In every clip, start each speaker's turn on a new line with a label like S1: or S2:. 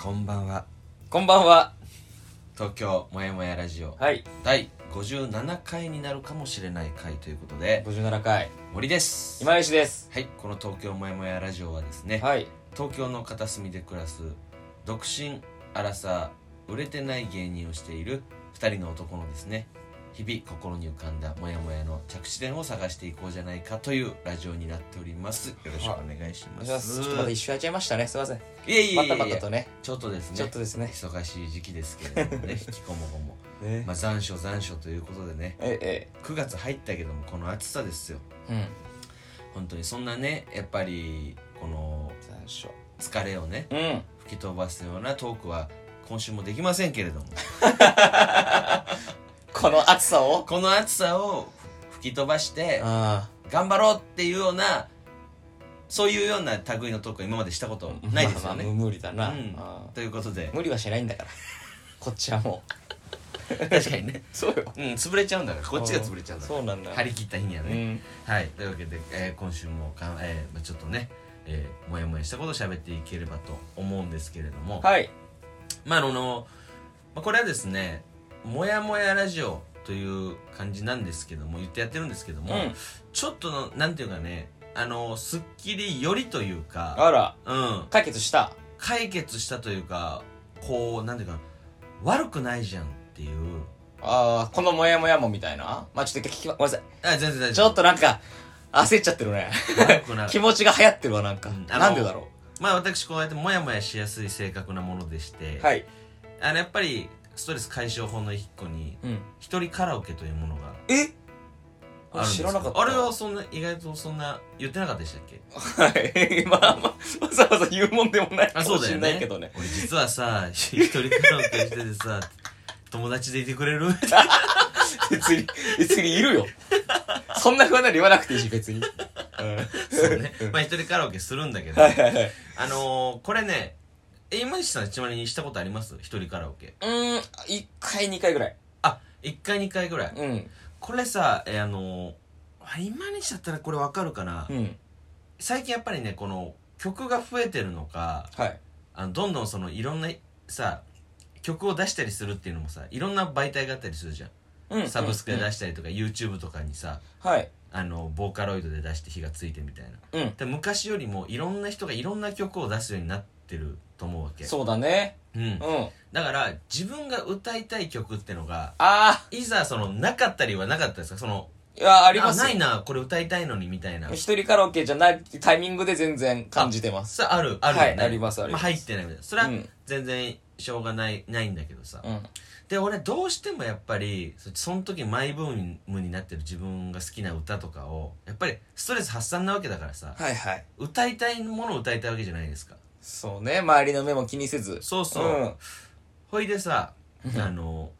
S1: こんばんは
S2: こんばんは。
S1: 東京もやもやラジオ
S2: はい。
S1: 第57回になるかもしれない回ということで
S2: 57回。
S1: 森です
S2: 今吉です。
S1: はいこの東京もやもやラジオはですね
S2: はい。
S1: 東京の片隅で暮らす独身アラサー売れてない芸人をしている2人の男のですね日々心に浮かんだモヤモヤの着地点を探していこうじゃないかというラジオになっておりますよろしくお願いし
S2: お
S1: ま
S2: 願いします。
S1: す
S2: ちょっとまた一周やっちゃいましたね。すいません。
S1: いえいえいえいえ
S2: バタバタとね。
S1: ちょっとですね
S2: ちょっとですね。
S1: 忙しい時期ですけれども ね引きこもごも、
S2: え
S1: まあ、残暑残暑ということでね
S2: え
S1: 9月入ったけどもこの暑さですよ
S2: え。うん。
S1: 本当にそんなねやっぱりこの
S2: 残暑。
S1: 疲れをね
S2: うん。
S1: 吹き飛ばすようなトークは今週もできませんけれども
S2: この暑さを
S1: この暑さを吹き飛ばして
S2: あ
S1: 頑張ろうっていうようなそういうような類のトークは今までしたこと
S2: あ。
S1: ないですよね、
S2: まあまあ無理だな。
S1: うん
S2: ああ
S1: ということで
S2: 無理はしないんだから。 こっちはも
S1: 確かにね
S2: う。そうよ。
S1: うん潰れちゃうんだからこっちが潰れちゃうんだか
S2: そうなんだ
S1: ら。張り切った日には
S2: う
S1: ね、
S2: ん。
S1: はい、というわけで、えー今週もかん、えーまあ、ちょっとね、えー、もやもやしたことを喋っていければと思うんですけれども、
S2: はい。
S1: まああの、まあ、これはですね「もやもやラジオ」という感じなんですけども言ってやってるんですけど
S2: う
S1: も、
S2: ん。
S1: ちょっとのなんていうかねあのすっきりよりというか、
S2: あら。
S1: うん、
S2: 解決した。
S1: 解決したというかこうなんていうか悪くないじゃんっていう
S2: ああ、このモヤモヤもみたいな。まあちょっと一回聞きま、ごめんなさい。
S1: あ全然大
S2: ちょっ
S1: 丈
S2: となんか、焦っちゃってるね。
S1: 夫悪くない
S2: 気持ちが流行ってるわ、なんか
S1: うん。あの
S2: なんでだろ
S1: まあ私こうやってもやもやしやすい性格なものでして、
S2: う。はい。
S1: あのやっぱりストレス解消法の一個に
S2: うん。
S1: 一人カラオケというものが
S2: え
S1: あるんですけ
S2: 知
S1: ど
S2: らなかった。
S1: あれはそんな意外とそんな言ってなかったでしたっけ
S2: はい。 まあまあ、わざわざ言うもんでもないか
S1: あ
S2: も
S1: そう
S2: し
S1: だ
S2: れ
S1: よ
S2: ない
S1: ね
S2: けどね。
S1: 俺実はさ一人カラオケしててさ友達でいてくれる
S2: 別に、別にいるよ。そんなふうなり言わなくていいし、別に。うん
S1: そうねまあ一人カラオケするんだけど
S2: はいはいはい。
S1: あのーこれねえ今西さんちなみにしたことあります一人カラオケ
S2: うーん、1回、2回ぐらい。
S1: あ一1回2回ぐらい
S2: うん。
S1: これさえーあのーあ今西だったらこれわかるかな、
S2: うん。
S1: 最近やっぱりねこの曲が増えてるのか
S2: はい。
S1: あのどんどんそのいろんなさ曲を出したりするっていうのもさいろんな媒体があったりするじゃん、
S2: うん。
S1: サブスクで
S2: うん
S1: 出したりとか、YouTube とかにさ
S2: はい。
S1: あのボーカロイドで出して火がついてみたいな
S2: うん。
S1: で昔よりもいろんな人がいろんな曲を出すようになってると思うわけ
S2: そうだね。
S1: う、ん
S2: う、ん。
S1: だから自分が歌いたい曲ってのが
S2: あ
S1: いざそのなかったりはなかったですかその
S2: ー、いや、あります
S1: あないなこれ歌いたいのにみたいな
S2: 一人カラオケじゃないタイミングで全然感じてます。
S1: さあるあるよね、
S2: はいありますありま
S1: あ、
S2: す
S1: 入ってないみたいなそれ
S2: う
S1: は
S2: ん。
S1: 全然しょうがないないんだけどさ、
S2: うん。
S1: で俺どうしてもやっぱりそその時マイブームになってる自分が好きな歌とかをやっぱりストレス発散なわけだからさ
S2: はいはい。
S1: 歌いたいものを歌いたいわけじゃないですか
S2: そうね。周りの目も気にせず。
S1: そうそう、
S2: うん。
S1: ほいでさあの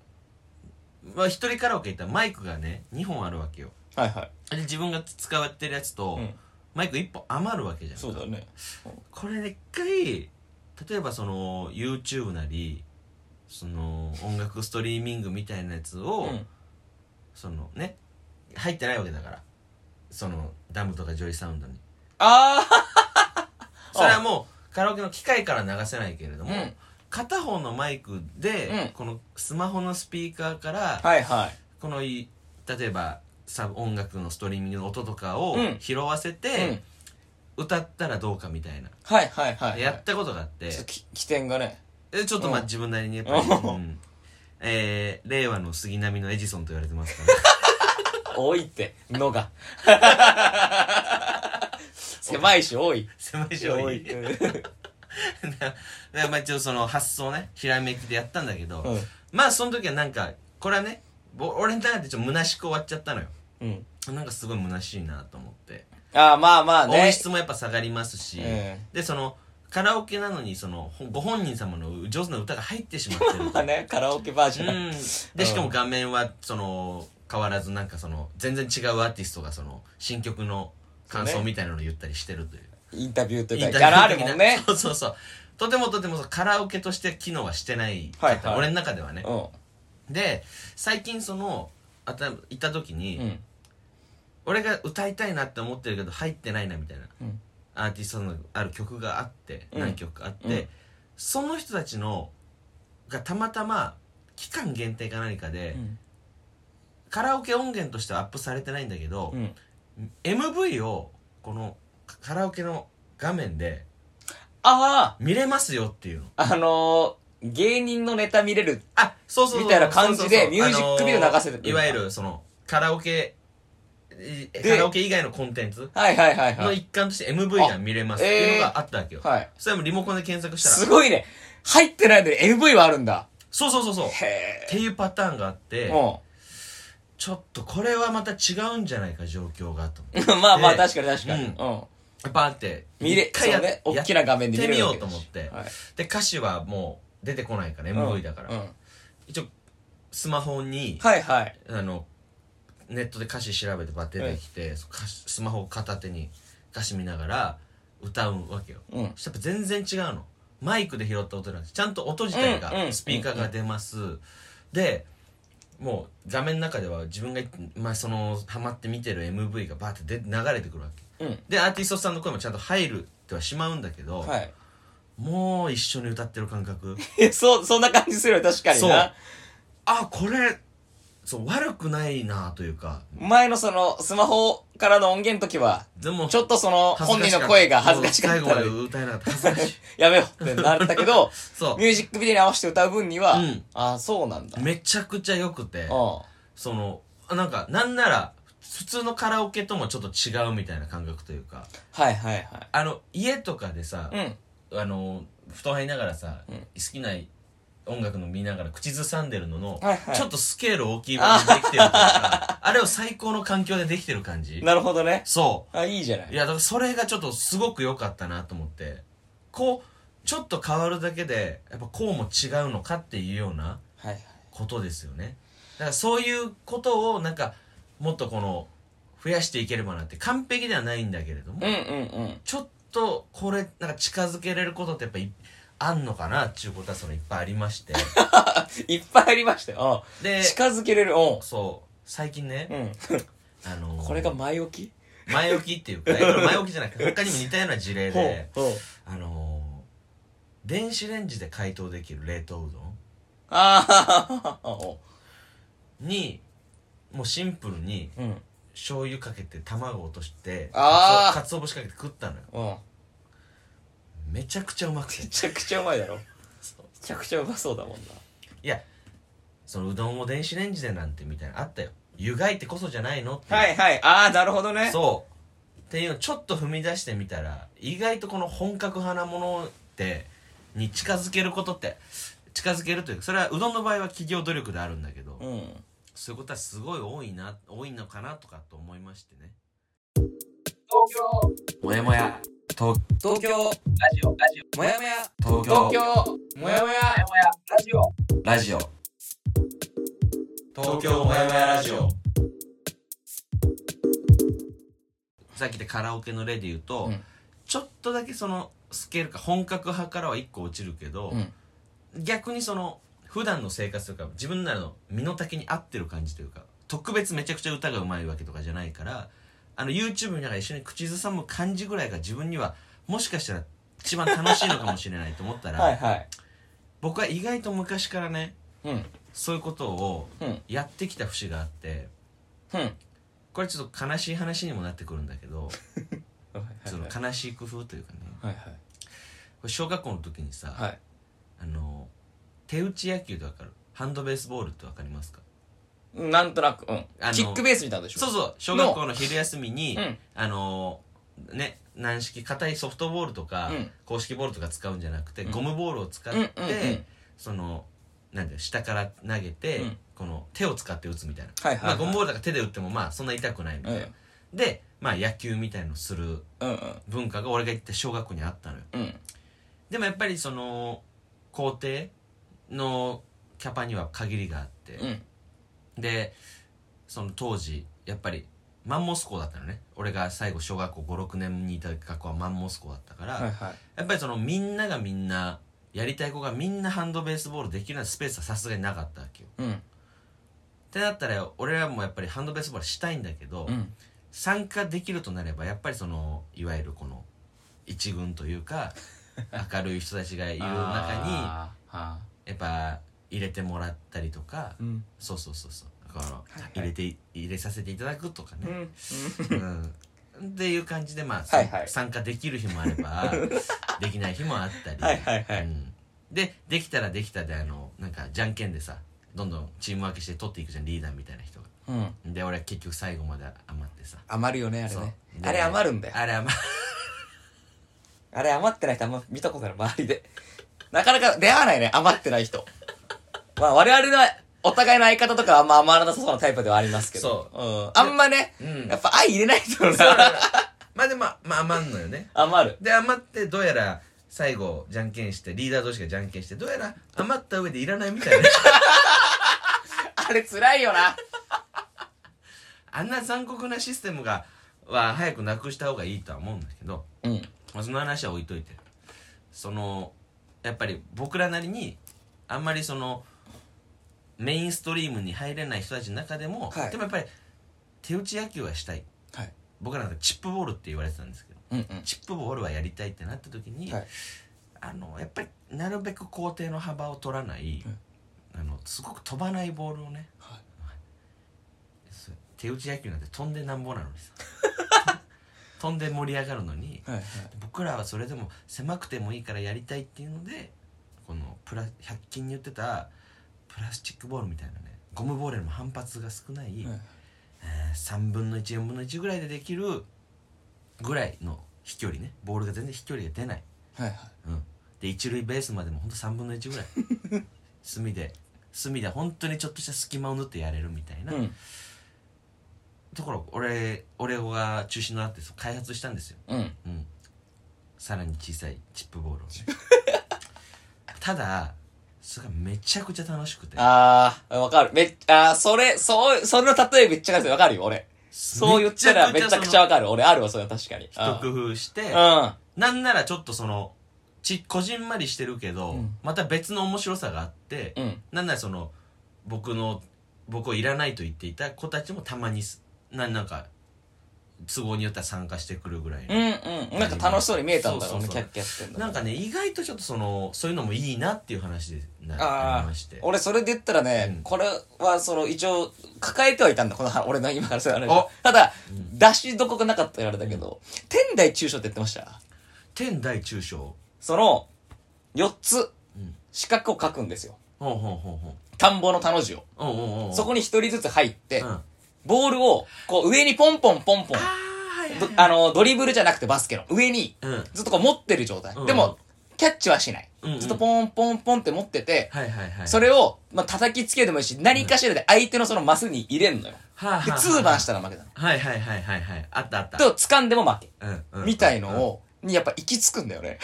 S1: まあ一人カラオケ行ったらマイクがね2本あるわけよ
S2: はいはい。
S1: で自分が使ってるやつと、
S2: うん
S1: マイク1本余るわけじゃんか
S2: そうだね。
S1: これで一回例えばその YouTube なりその音楽ストリーミングみたいなやつを、
S2: うん。
S1: そのね入ってないわけだからそのダムとかジョイサウンドに
S2: ああ
S1: それはもうカラオケの機械から流せないけれども、
S2: うん
S1: 片方のマイクで、
S2: うん
S1: このスマホのスピーカーから
S2: はいはい。
S1: このい例えばサブ音楽のストリーミングの音とかを
S2: うん
S1: 拾わせて、歌ったらどうかみたいな、
S2: はいはいはい。
S1: やったことがあって、
S2: ちょっとき起点がね。
S1: えちょっとまあ自分なりにやっぱり、
S2: うん
S1: うんえー令和の杉並のエジソンと言われてますから、
S2: 多いって、の が。狭いし多い。
S1: 狭い商品
S2: うん。
S1: でまあ一応その発想ねひらめきでやったんだけど、
S2: うん
S1: まあその時はなんかこれはねぼ俺の中でちょっと虚しく終わっちゃったのよ
S2: うん。
S1: なんかすごい虚しいなと思って、
S2: ああ、まあまあね。
S1: 音質もやっぱ下がりますし、
S2: うん
S1: でそのカラオケなのにそのほご本人様の上手な歌が入ってしまってる
S2: まあね、カラオケバージョン。
S1: うんでしかも画面はその変わらずなんかその全然違うアーティストがその新曲の感想みたいなのを言ったりしてるという
S2: インタビューと
S1: イ
S2: いうか、
S1: ン
S2: ギ
S1: タ
S2: ャラあ
S1: ビ
S2: る
S1: ュー的な
S2: もんね。
S1: そうそうそうとてもとてもそうカラオケとして機能はしてない、
S2: はいはい
S1: 俺の中ではね
S2: う、
S1: で最近そのあた行った時に、
S2: ん。うん。
S1: 俺が歌いたいなって思ってるけど入ってないなみたいな、
S2: うん
S1: アーティストのある曲があって、
S2: うん
S1: 何曲かあって、
S2: うん
S1: その人たちのがたまたま期間限定か何かで、カラオケ音源としてはアップされてないんだけど、
S2: うん
S1: MV をこのカラオケの画面で
S2: あ
S1: 見れますよっていうの
S2: ああのー、芸人のネタ見れる
S1: あそうそうそう
S2: みたいな感
S1: そ
S2: じで
S1: うそうそう
S2: ミュージックビデオ流せて
S1: あ
S2: くれ
S1: の
S2: る
S1: いわゆるそのカラオケえ
S2: で
S1: カラオケ以外のコンテンツ
S2: はいはいはいは
S1: の
S2: い
S1: 一環として MV が見れますっていうのがあったわけよ、
S2: はい
S1: それもリモコンで検索した
S2: す
S1: ら
S2: ごいね入ってないのに MV はあるんだ
S1: そうそうそうそうっ
S2: へ
S1: ていうパターンがあって、
S2: えも
S1: ちょっとこれはまた違うんじゃないか状況がと思って
S2: うん まあまあ
S1: で
S2: 確かに確かに
S1: うん
S2: うん
S1: バーって
S2: 見れ
S1: 一回や
S2: そうね
S1: やっ
S2: 大きな画面で見れる
S1: やっ
S2: わ
S1: て
S2: け
S1: みようと思って
S2: はい
S1: で歌詞はもう出てこないから
S2: うん
S1: MV だから、
S2: うん
S1: 一応スマホに、
S2: はいはい
S1: あのネットで歌詞調べてば出てきて、そ歌詞スマホを片手に歌詞見ながら歌うわけよ
S2: うん
S1: そしたらやっぱ全然違うのマイクで拾った音なんてちゃんと音自体
S2: うんう
S1: が
S2: ん
S1: スピーカーが出ます、でもう画面の中では自分が、まあ、そのハマって見てる MV がバーってで流れてくるわけ
S2: うん
S1: でアーティストさんの声もちゃんと入るってはしまうんだけど、
S2: はい
S1: もう一緒に歌ってる感覚
S2: えそうそんな感じするよ確かに
S1: そう
S2: な
S1: あこれそう悪くないなというか
S2: 前のそのスマホからの音源の時は
S1: でも
S2: ちょっとその本人の声が恥ずかしかっ
S1: もう
S2: た
S1: 最
S2: ら
S1: 後まで歌えなかった恥ずかしい
S2: やめようってなったけど
S1: そ
S2: ミュージックビデオに合わせて歌う分には
S1: うん
S2: あそうなんだ
S1: うめちゃくちゃ良くて
S2: あ
S1: そのなんかなんなら普通のカラオケともちょっと違うみたいな感覚というか
S2: はいはいは
S1: あの家とかでさ
S2: い、うん
S1: あの布団入りながらさ、
S2: うん
S1: 好きな音楽の見ながら口ずさんでるのの、
S2: はいはい
S1: ちょっとスケール大きい版でできてるとか あれを最高の環境でできてる感じ
S2: なるほどね
S1: そ
S2: あいいじゃな
S1: うい
S2: い
S1: やだからそれがちょっとすごく良かったなと思ってこうちょっと変わるだけでやっぱこうも違うのかっていうような
S2: はいはい
S1: ことですよねだからそういうことをなんかもっとこの増やしていければなって完璧ではないんだけれども、
S2: うんうんうん
S1: ちょっとこれなんか近づけれることってやっぱいあんのかなっていうことはそのいっぱいありま して
S2: いっぱいありましたようん
S1: で
S2: 近づけれるうん
S1: そう最近ね、
S2: うん
S1: あのー
S2: これが前置き
S1: 前置きっていうかいやこれ前置きじゃなくて他にも似たような事例
S2: ほ
S1: で
S2: うほう
S1: あのー電子レンジで解凍できる冷凍うど
S2: ああ
S1: んにもうシンプルに
S2: うんうん
S1: 醤油かけて卵落として
S2: あー
S1: かつお節かけて食ったのよ
S2: め
S1: めちゃくちゃうま くて
S2: ちゃくちゃうまいだろめ
S1: そう
S2: ちゃくちゃうまそうだもんない
S1: やそのうどんを電子レンジでなんてみたいなのあったよ湯がいてこそじゃないのっていう
S2: はいはいああなるほどね
S1: そうっていうのちょっと踏み出してみたら意外とこの本格派なものってに近づけることって近づけるというかそれはうどんの場合は企業努力であるんだけど、
S2: うん
S1: そういうことはすごい多いな多いのかなとかと思いましてね東京もやもや東
S2: 東京もやもや
S1: 東
S2: 東京もやもや
S1: ラジオ東京もやもやラジオさっきでカラオケの例で言うと、
S2: うん
S1: ちょっとだけそのスケールか本格派からは一個落ちるけど、
S2: うん
S1: 逆にその普段の生活とか自分ならの身の丈に合ってる感じというか特別めちゃくちゃ歌がうまいわけとかじゃないからあの YouTube 見ながら一緒に口ずさむ感じぐらいが自分にはもしかしたら一番楽しいのかもしれないと思ったら、
S2: はいはい
S1: 僕は意外と昔からね
S2: うん
S1: そういうことを
S2: うん
S1: やってきた節があって
S2: うん
S1: これちょっと悲しい話にもなってくるんだけどその悲しい工夫というかね
S2: はいはい
S1: これ小学校の時にさ、
S2: はい
S1: あの手打ち野球でわかるハンドベースボールってわかりますか
S2: なんとなく、うん
S1: あの。
S2: キックベースみたいなんでしょ
S1: そうそう小学校の昼休みに、
S2: うん。
S1: あのね軟式硬いソフトボールとか、
S2: うん
S1: 公式ボールとか使うんじゃなくて、
S2: うん
S1: ゴムボールを使って、
S2: うんうんうん
S1: そのなんだよ下から投げて、
S2: うん
S1: この手を使って打つみたいな、
S2: はいはい
S1: まあ、
S2: はい
S1: ゴムボールだから手で打ってもまあそんな痛くないみたいな、で、まあ、野球みたいのする
S2: うん
S1: 文化が俺が行った小学校にあったのよ
S2: うん。うん。
S1: でもやっぱりその校庭のキャパには限りがあって、
S2: うん。
S1: でその当時やっぱりマンモス校だったのね俺が最後小学校56年にいた学校はマンモス校だったから、
S2: はいはい。
S1: やっぱりそのみんながみんなやりたい子がみんなハンドベースボールできるようなスペースはさすがになかったわけよ
S2: うん。
S1: ってなったら俺らもやっぱりハンドベースボールしたいんだけど、
S2: うん。
S1: 参加できるとなればやっぱりそのいわゆるこの一軍というか明るい人たちがいる中に
S2: あーあ
S1: やっぱ入れてもらったりとか、
S2: ーうん
S1: そうそうそうそうだから、
S2: いはい
S1: 入れて入れさせていただくとか
S2: う
S1: ね、
S2: ん
S1: うんっていう感じでまあ、
S2: はいはい
S1: 参加できる日もあれ ばできない日もあったり、
S2: はいはいは
S1: う
S2: い
S1: ん、でできたらできたであのなんかじゃんけんでさどんどんチーム分けして取っていくじゃんリーダーみたいな人が
S2: うん
S1: で俺は結局最後まで余ってさ
S2: 余るよねあれ
S1: そう
S2: ね
S1: で
S2: あれ余るんだよ
S1: あれ余
S2: あれ余ってない人あんま見たことない周りで。なかなか出会わないね、余ってない人。まあ我々のお互いの相方とかはあんま余らなさそうなタイプではありますけど。。
S1: そう
S2: ん。あんまね、
S1: うん
S2: やっぱ相入れないと
S1: そうなの
S2: な。
S1: まあでもまあ余んのよね
S2: 余る。
S1: で余ってどうやら最後じゃんけんしてリーダー同士がじゃんけんしてどうやら余った上でいらないみたいな
S2: あれ辛いよな。
S1: あんな残酷なシステムがは早くなくした方がいいとは思うんだけど、
S2: うん。
S1: まあ、その話は置いといてそのやっぱり僕らなりにあんまりそのメインストリームに入れない人たちの中でも、
S2: はい
S1: でもやっぱり手打ち野球はしたい
S2: はい。
S1: 僕らなんかチップボールって言われてたんですけど
S2: うんうん。
S1: チップボールはやりたいってなった時に、
S2: はい
S1: あのやっぱりなるべく工程の幅を取らない、あのすごく飛ばないボールをね
S2: はい
S1: そう手打ち野球なんて飛んでなんぼなのにさ 飛んで盛り上がるのに
S2: はいはい。
S1: 僕らはそれでも狭くてもいいからやりたいっていうのでこのプラ100均に売ってたプラスチックボールみたいなねゴムボールよりも反発が少ない、
S2: うん
S1: えー3分の14分の1ぐらいでできるぐらいの飛距離ねボールが全然飛距離が出ない
S2: はいはい。
S1: うん、で一塁ベースまでもほんと3分の1ぐらい 隅で隅で本当にちょっとした隙間を縫ってやれるみたいな、
S2: うん。
S1: ところ俺俺が中心となってそう開発したんですよ、
S2: うん。
S1: うん、さらに小さいチップボールをね ただそれがめちゃくちゃ楽しくて
S2: あー、わかる。めっあー、それ、そう、その例えめっちゃわかるよ、俺。そう言ったらめちゃくちゃわかる。俺あるわ、それは確かに。
S1: その一工夫して
S2: うん。うん。
S1: なんならちょっとそのちこじんまりしてるけど、
S2: うん
S1: また別の面白さがあって、
S2: うん。
S1: なんならその僕の僕をいらないと言っていた子たちもたまにすななんか都合によっては参加してくるぐらいの、
S2: うんうん。なんか楽しそうに見えたんだろう
S1: そ
S2: ね、
S1: う
S2: キ
S1: そうそう
S2: ャッキャやってんだ。
S1: なんかね意外とちょっとそのそういうのもいいなっていう話にな
S2: あ
S1: な
S2: ー
S1: りまして
S2: 俺それで言ったらね、
S1: うん
S2: これはその一応抱えてはいたんだこの 話俺の今からそういう話
S1: お
S2: ただ、出しどこがなかったようなあれだけど、天台中小って言ってました
S1: 天大中小
S2: その4つ
S1: うん
S2: 四角を書くんですよ
S1: ほうほうほうほう
S2: 田んぼの田の字を
S1: おうおうおう
S2: そこに1人ずつ入って、
S1: うんあ
S2: ボールをこう上にポンポンポンポン
S1: ーはいはい
S2: どあのドリブルじゃなくてバスケの上に
S1: うん
S2: ずっとこう持ってる状態、
S1: うん
S2: でもキャッチはしない、
S1: うんうん
S2: ずっとポンポンポンって持ってて、
S1: はいはいはい
S2: それを、まあ、叩きつけてもいいし、何かしらで相手のそのマスに入れんのよ。
S1: はあ
S2: で、
S1: はあ
S2: ツーバンしたら負けだ。
S1: はいはいはいはいはいあったあった
S2: と、掴んでも負け。
S1: うんうん
S2: みたいのを、にやっぱ行き着くんだよね。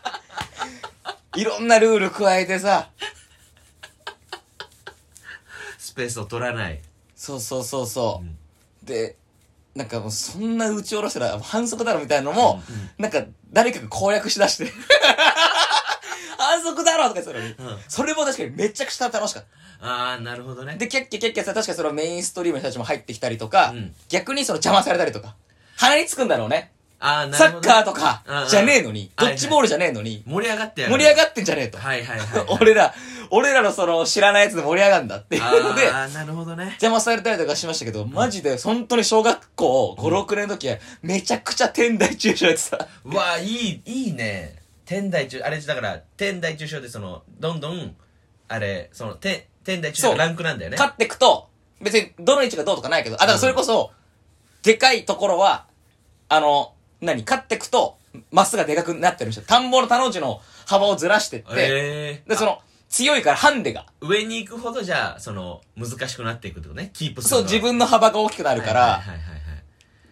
S2: いろんなルール加えてさ、
S1: スペースを取らない
S2: そうそうそうそうう。
S1: ん
S2: で、なんかもうそんな打ち下ろしたら反則だろみたいなのも、
S1: うん
S2: なんか誰かが攻略しだして、 反則だろとか言ってたのに、
S1: うん
S2: それも確かにめちゃくちゃ楽しかった。
S1: ああなるほどね
S2: で、キャッキャキャッキャさ、確かにそのメインストリームの人たちも入ってきたりとか、
S1: うん
S2: 逆にその邪魔されたりとか、鼻につくんだろうね。
S1: ああな
S2: サ
S1: るほ
S2: ッ
S1: ど
S2: カーとか
S1: うんうん、
S2: じゃねえのに、
S1: は
S2: ド
S1: いはい
S2: ッジボールじゃねえのに、
S1: 盛り上がってやる
S2: 盛り上がってんじゃねえと。
S1: はいはい はい、はい、
S2: 俺ら、俺らのその知らないやつで盛り上がるんだっていうので、
S1: ああなるほどね
S2: 邪魔されたりとかしましたけど、マジで、本当に小学校5、6年の時は、めちゃくちゃ天台中小やってた。
S1: うわあいいいいね天台中あれだから天台中小でそのどんどんあれその天天台中小
S2: そう
S1: ランクなんだよね
S2: 勝ってくと、別にどの位置がどうとかないけど、あ、だからそれこそ、でかいところは、あの、何、勝ってくと、まっすぐがでかくなってるんですよ。田んぼの田の字の幅をずらしてって、
S1: ええ
S2: で、その、強いからハンデが、
S1: 上に行くほどじゃあその難しくなっていくってことねキープする
S2: そう、自分の幅が大きくな
S1: あ
S2: るから、
S1: はいはいはい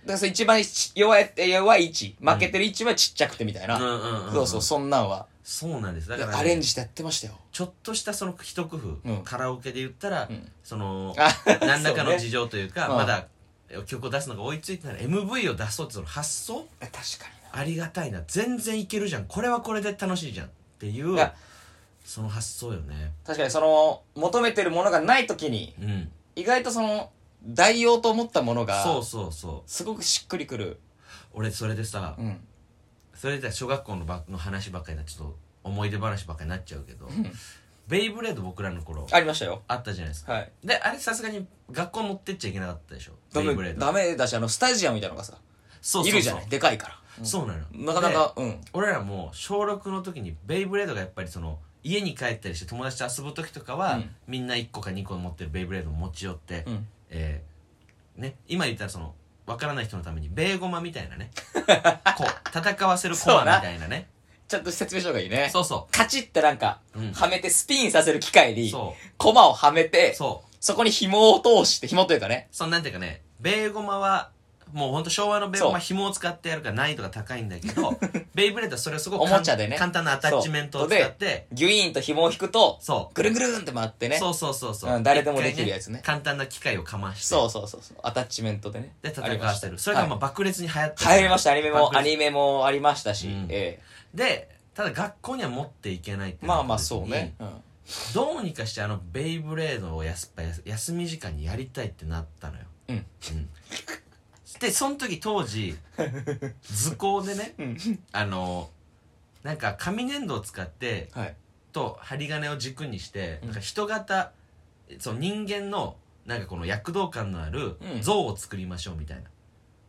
S2: だからそれ一番ち弱い、弱い位置、負けてる位置はちっちゃくてみたいな。
S1: はい、うんうんうん、
S2: そうそう、そんなんは。
S1: そうなんですだから、
S2: アレンジしてやってましたよ。
S1: ちょっとしたその一工夫、
S2: うん
S1: カラオケで言ったら、
S2: ん
S1: その
S2: あ
S1: 何らか
S2: そう
S1: の
S2: ね
S1: 事情というか
S2: うん
S1: まだ曲を出すのが追いついてない MV を出そうってその発想
S2: 確か
S1: ありがたいな全然いけるじゃんこれはこれで楽しいじゃんっていう
S2: いや
S1: その発想よね
S2: に。確かにその、求めてるものがない時に、
S1: うん
S2: 意外とその、代用と思ったものが、
S1: そうそうそ
S2: すごくしっくりくる。
S1: う俺それでさ
S2: うん。
S1: それでは小学校のばの話ばっかりなちょっと思い出話ばっかりになっちゃうけどベイブレード僕らの頃
S2: ありましたよ
S1: あったじゃないですか
S2: はい
S1: であれさすがに学校持ってっちゃいけなかったでしょ
S2: ダ
S1: ベイブレ
S2: メ
S1: ード
S2: ダメだしあのスタジアムみたいなのがさ
S1: そうそうそう
S2: いるじゃないでかいから
S1: そうなのよ
S2: なかなかうん
S1: 俺らも小6の時にベイブレードがやっぱりその家に帰ったりして友達と遊ぶ時とかは、
S2: うん
S1: みんな1個か2個持ってるベイブレードを持ち寄って、
S2: うん
S1: えーね、今言ったらその分からない人のためにベーゴマみたいな ねこう戦わせるコマみたいなね
S2: ちゃんと説明した方がいいね
S1: そうそ
S2: カチってなんか
S1: うん
S2: はめてスピンさせる機械
S1: う
S2: に
S1: そう
S2: コマをはめて
S1: そう
S2: そこに紐を通して紐というかね
S1: そのなんていうかねベーゴマはもうほんと昭和のベーゴマ
S2: そう
S1: 紐を使ってやるから難易度が高いんだけど ベイブレードはそれをすごく
S2: おもちゃでね
S1: 簡単なアタッチメントを使って
S2: ギュイーンと紐を引くと
S1: そう
S2: ぐるんぐるんって回ってね
S1: そうそうそうそう、
S2: うん誰でもできるやつね
S1: 一回簡単な機械をかまして
S2: そうそうそうそうアタッチメントでね
S1: で
S2: あ
S1: 戦
S2: り
S1: わ
S2: まし
S1: せ
S2: た
S1: てるそれがまあ
S2: はい
S1: 爆裂に流行って
S2: 流行りましたアニメもア
S1: 爆裂
S2: ニメもありましたし
S1: うん
S2: え
S1: でただ学校には持っていけないっ
S2: え
S1: てなっ
S2: ま
S1: た
S2: あまあ
S1: 時
S2: そ
S1: に
S2: うねうん
S1: どうにかしてあのベイブレードをやすやす休み時間にやりたいってなったのよ
S2: うん
S1: でその時当 時図工でね
S2: うん
S1: あのなんか紙粘土を使って
S2: はい
S1: と針金を軸にして、
S2: うん
S1: なんか人型その人間のなんかこの躍動感のある
S2: うん
S1: 像を作りましょうみたいな、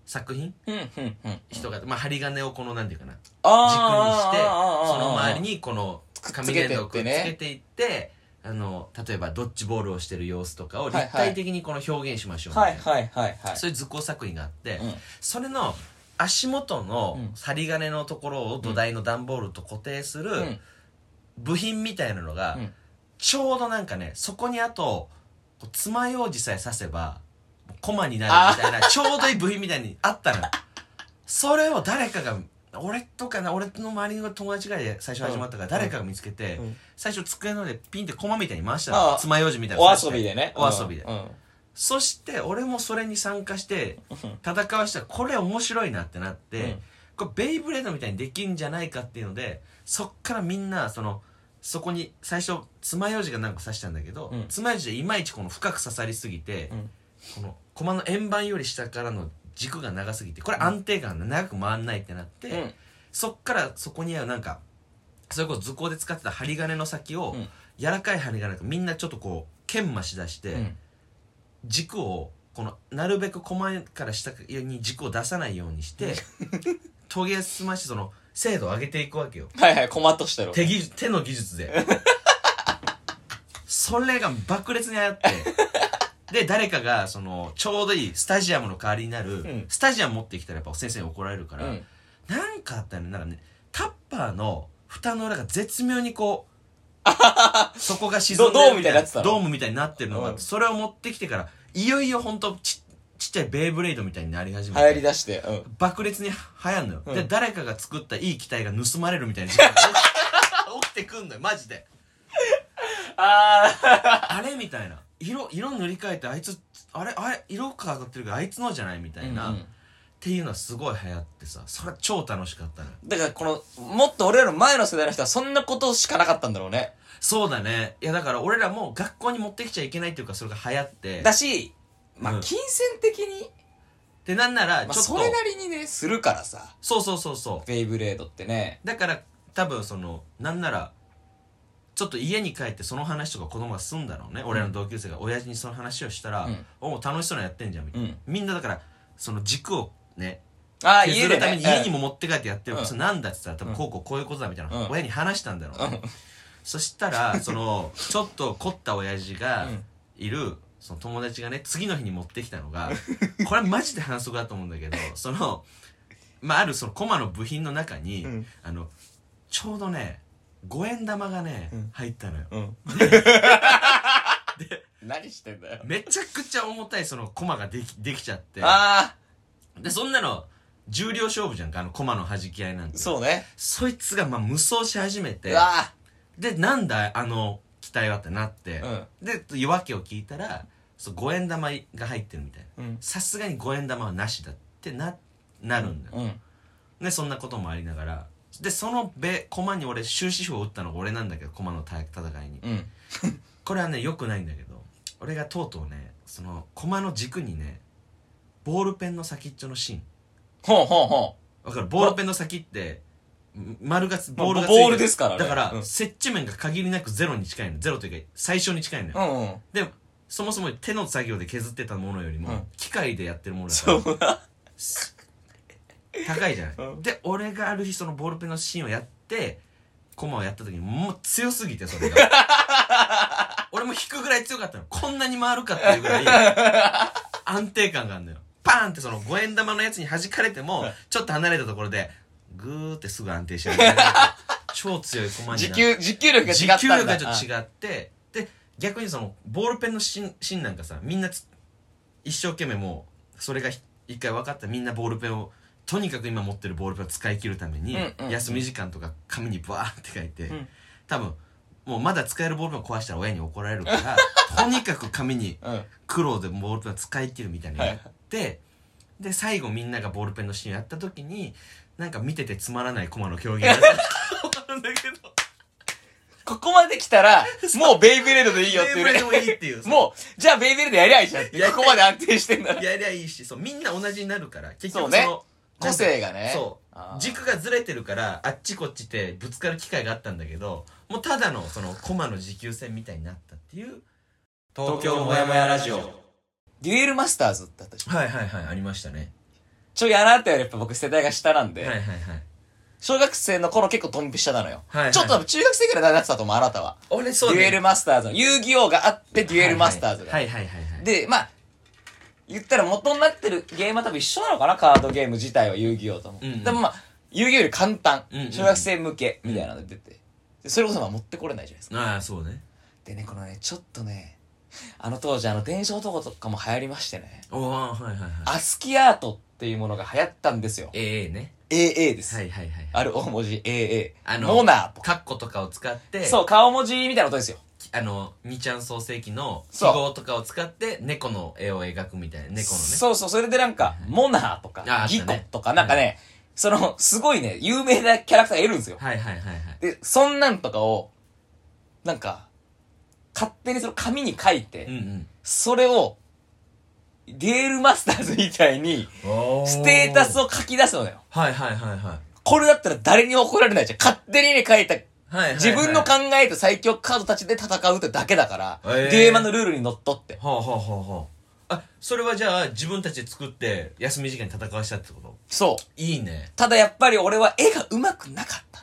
S1: 作品
S2: うんうんうん
S1: 人型、まあ、針金をこのなんていうかな軸に
S2: あー
S1: して
S2: あーあーあー
S1: その周りにこの
S2: くっつ
S1: 紙
S2: けてって
S1: 粘
S2: ね
S1: 土をくっつけていってあの例えばドッジボールをしてる様子とかを
S2: はいはい
S1: 立体的にこの表現しましょうみた
S2: はいい
S1: な
S2: はいはいはい
S1: そういう図工作品があって、
S2: うん
S1: それの足元の
S2: うん
S1: 針金のところを土台の段ボールと固定する
S2: うん
S1: 部品みたいなのが、
S2: うん
S1: ちょうどなんかねそこにあとこう爪楊枝さえ刺せばコマにな
S2: あ
S1: るみたいなちょうどいい部品みたいにあったのよそれを誰かが俺とかな俺の周りの友達ぐらいで最初始まったから
S2: うん
S1: 誰かが見つけて、
S2: うん
S1: 最初机の上でピンってコマみたいに回した
S2: あ
S1: の
S2: あ
S1: 爪楊枝みたいなの
S2: お
S1: 刺して
S2: 遊びでね
S1: お遊びで、
S2: うんうん
S1: そして俺もそれに参加して
S2: うん
S1: 戦わしたらこれ面白いなってなって、
S2: うん
S1: これベイブレードみたいにできんじゃないかっていうのでそっからみんなそのそこに最初爪楊枝が何か刺したんだけど、
S2: うん
S1: 爪楊枝でいまいちこの深く刺さりすぎて、
S2: うん
S1: この駒の円盤より下からの軸が長すぎてこれ安定感が長く回んないってなって、
S2: うん
S1: そっからそこに合うなんかそれこそ図工で使ってた針金の先を、
S2: うん
S1: 柔らかい針金がみんなちょっとこう研磨しだして、
S2: うん
S1: 軸をこのなるべく駒から下に軸を出さないように して研ぎ澄ましてその精度を上げていくわけよ
S2: はいはいコマとしてる
S1: 手技術手の技術で それが爆裂にあってで誰かがそのちょうどいいスタジアムの代わりになる、
S2: ん
S1: スタジアム持ってきたらやっぱ先生に怒られるか
S2: う
S1: ら、
S2: ん
S1: なんかあったよねなんかねタッパーの蓋の裏が絶妙にこ うそこが沈んでる
S2: ドドームみたいになってたの
S1: ドームみたいになってるのがあって、
S2: うん
S1: それを持ってきてからいよいよほんとちちっちゃいベイブレードみたいになり始
S2: 流
S1: め
S2: 行り
S1: て
S2: 出してうん
S1: 爆裂に流行んのよ、
S2: うん
S1: で誰かが作ったいい機体が盗まれるみたいな事 件が起き起きてくんのよマジで
S2: ああ
S1: あれみたいな色色塗り替えてあいつあれあれ色変わってるけどあいつのじゃないみたいな、っていうのはすごい流行ってさそれは超楽しかったのよ
S2: だからこのもっと俺らの前の世代の人はそんなことしかなかったんだろうね
S1: そうだねいやだから俺らも学校に持ってきちゃいけないっていうかそれが流行って
S2: だしま
S1: う
S2: あ
S1: ん
S2: 金銭的に
S1: でなんならち
S2: まあ
S1: ょっと、
S2: それなりにねするからさ
S1: そうそうそうそ
S2: ベイブレードってね
S1: うだから多分そのなんならちょっと家に帰ってその話とか子供がすんだろうね、俺らの同級生が親父にその話をしたら
S2: うん
S1: 「おお楽しそうなのやってんじゃん」みたいな、
S2: うん
S1: みんなだからその軸をね
S2: ああ
S1: 削
S2: 家
S1: る
S2: で
S1: ため
S2: ね
S1: に家にも持って帰ってやってるから、
S2: うん
S1: それなんだって言ったら
S2: う
S1: 多分
S2: ん
S1: こうこうこういうことだみたいな、
S2: うん
S1: 親に話したんだろうね、そしたら そのちょっと凝った親父が
S2: うん
S1: いるその友達がね次の日に持ってきたのがこれマジで反則だと思うんだ けどそのまああるそのコマの部品の中に、
S2: うん
S1: あのちょうどね五円玉がね、
S2: うん
S1: 入ったのよ
S2: うん 何してんだよ
S1: めちゃくちゃ重たいそのコマができできちゃって
S2: あ
S1: でそんなの重量勝負じゃんかあのコマの弾き合いなん
S2: あ
S1: て
S2: そうね
S1: そいつがまあ無双し始め
S2: う
S1: て
S2: わ
S1: でなんだあの機体はってなって、
S2: あ
S1: で訳を聞いたらそう5円玉が入ってるみたいな
S2: うん
S1: さすがに5円玉はなしだってななるんだよ、
S2: うん
S1: でそんなこともありながらでそのべ駒に俺終止符を打ったのが俺なんだけど駒のた戦いに
S2: うん
S1: これはねよくないんだけど俺がとうとうねその駒の軸にねボールペンの先っちょの芯
S2: ほうほうほ
S1: わかるボールペンの先って丸がつボールが
S2: ボールですからね
S1: だから、
S2: うん
S1: 接地面が限りなくゼロに近いのゼロというか最初に近いのよ、
S2: うんうん。
S1: でそもそも手の作業で削ってたものよりも、
S2: うん
S1: 機械でやってるものだから
S2: そうな。
S1: 高いじゃない、
S2: うん
S1: で俺がある日そのボールペンのシーンをやってコマをやった時にもう強すぎてそ れが俺も引くぐらい強かったのこんなに回るかっていうぐらい安定感があるのよパーンってその五円玉のやつに弾かれてもちょっと離れたところでグーってすぐ安定しちゃう超強いコ マにな
S2: 持
S1: って
S2: 久、持久力が違ったんだ。
S1: 持久力がちょっと違ってで逆にそのボールペンの芯芯なんかさみんなつ一生懸命もうそれがひ一回分かったみんなボールペンをとにかく今持ってるボールペンを使い切るために、
S2: うんうんうん
S1: 休み時間とか紙にバーって書いて、
S2: ん
S1: 多分もうまだ使えるボールペンを壊したら親に怒られるから とにかく紙に
S2: うん。うん。
S1: 苦労でボールペンを使い切るみたいなのやって、で最後みんながボールペンのシーンやった時になんか見ててつまらないコマの競技にな った んだけど。
S2: ここまで来 たら、もうベイブレードでいいよって
S1: テーブルで
S2: いう
S1: もいいっていう。
S2: ね。 もう、じゃあベイブレードやりゃいいじゃんっていう。
S1: やりゃいい
S2: ここまで安定してんだら。
S1: やりゃいいし、そう、みんな同じになるから、結
S2: そ
S1: 局
S2: う
S1: そ
S2: ね
S1: の、
S2: 個性がね。
S1: そ
S2: あー
S1: う、軸がずれてるから、あっちこっちってぶつかる機会があったんだけど、もうただのその、コマの持久戦みたいになったっていう。
S2: 東京もやもやラジオデュエルマスターズってあったじゃん
S1: はいはいはい、ありましたね。
S2: ちょいあなたよりやっぱ僕世代が下なんで、
S1: はいはいはい。
S2: 小学生の頃結構ドンピシャなのよ。
S1: はいはい
S2: ちょっと多分中学生くらいになってたと思う、あなたは。
S1: 俺そう
S2: デュエルマスターズの。遊戯王があって、デュエルマスターズが。
S1: はいはいはいはいはい。
S2: で、まあ、言ったら元になってるゲームは多分一緒なのかな、カードゲーム自体は遊戯王とも。
S1: うんうん
S2: でもまあ、遊戯王より簡単
S1: うんうんう。ん
S2: 小学生向け、みたいなの出て。でそれこそまあ持ってこれないじゃないですか。
S1: ああ、そうね。
S2: でね、このね、ちょっとね、あの当時あの電車男とかも流行りましてね、
S1: おおはいはいはい。
S2: アスキアートっていうものが流行ったんですよ。
S1: ええね。
S2: AA です。
S1: はいはいはい。
S2: ある大文字 AA。
S1: あの
S2: モナーとか。
S1: カッコとかを使って、
S2: そう、顔文字みたいなことですよ。
S1: あの、二ちゃん創世記の記
S2: そう
S1: 号とかを使って、猫の絵を描くみたいな、猫のね。
S2: そうそう、それでなんか、モナーとか
S1: ああ、った
S2: ギ
S1: ね
S2: コとか、なんかね、その、すごいね、有名なキャラクターがいるんですよ。
S1: はいはいはいはい。
S2: で、そんなんとかを、なんか、勝手にその紙に書いて、
S1: うん
S2: それを、デュエルマスターズみたいに、
S1: うん。
S2: ステータス
S1: を。
S2: を書き出すのよ。
S1: はいはいはいはい。
S2: これだったら誰にも怒られないじゃん。勝手にね、書いた、
S1: はいはい、はい。
S2: 自分の考えた最強カードたちで戦うってだけだから、
S1: えー
S2: デュエマのルールにのっとって。
S1: はあはあはあはあ。あ、それはじゃあ自分たちで作って休み時間に戦わしたってこと
S2: そう。
S1: いいね。
S2: ただやっぱり俺は絵が上手くなかった。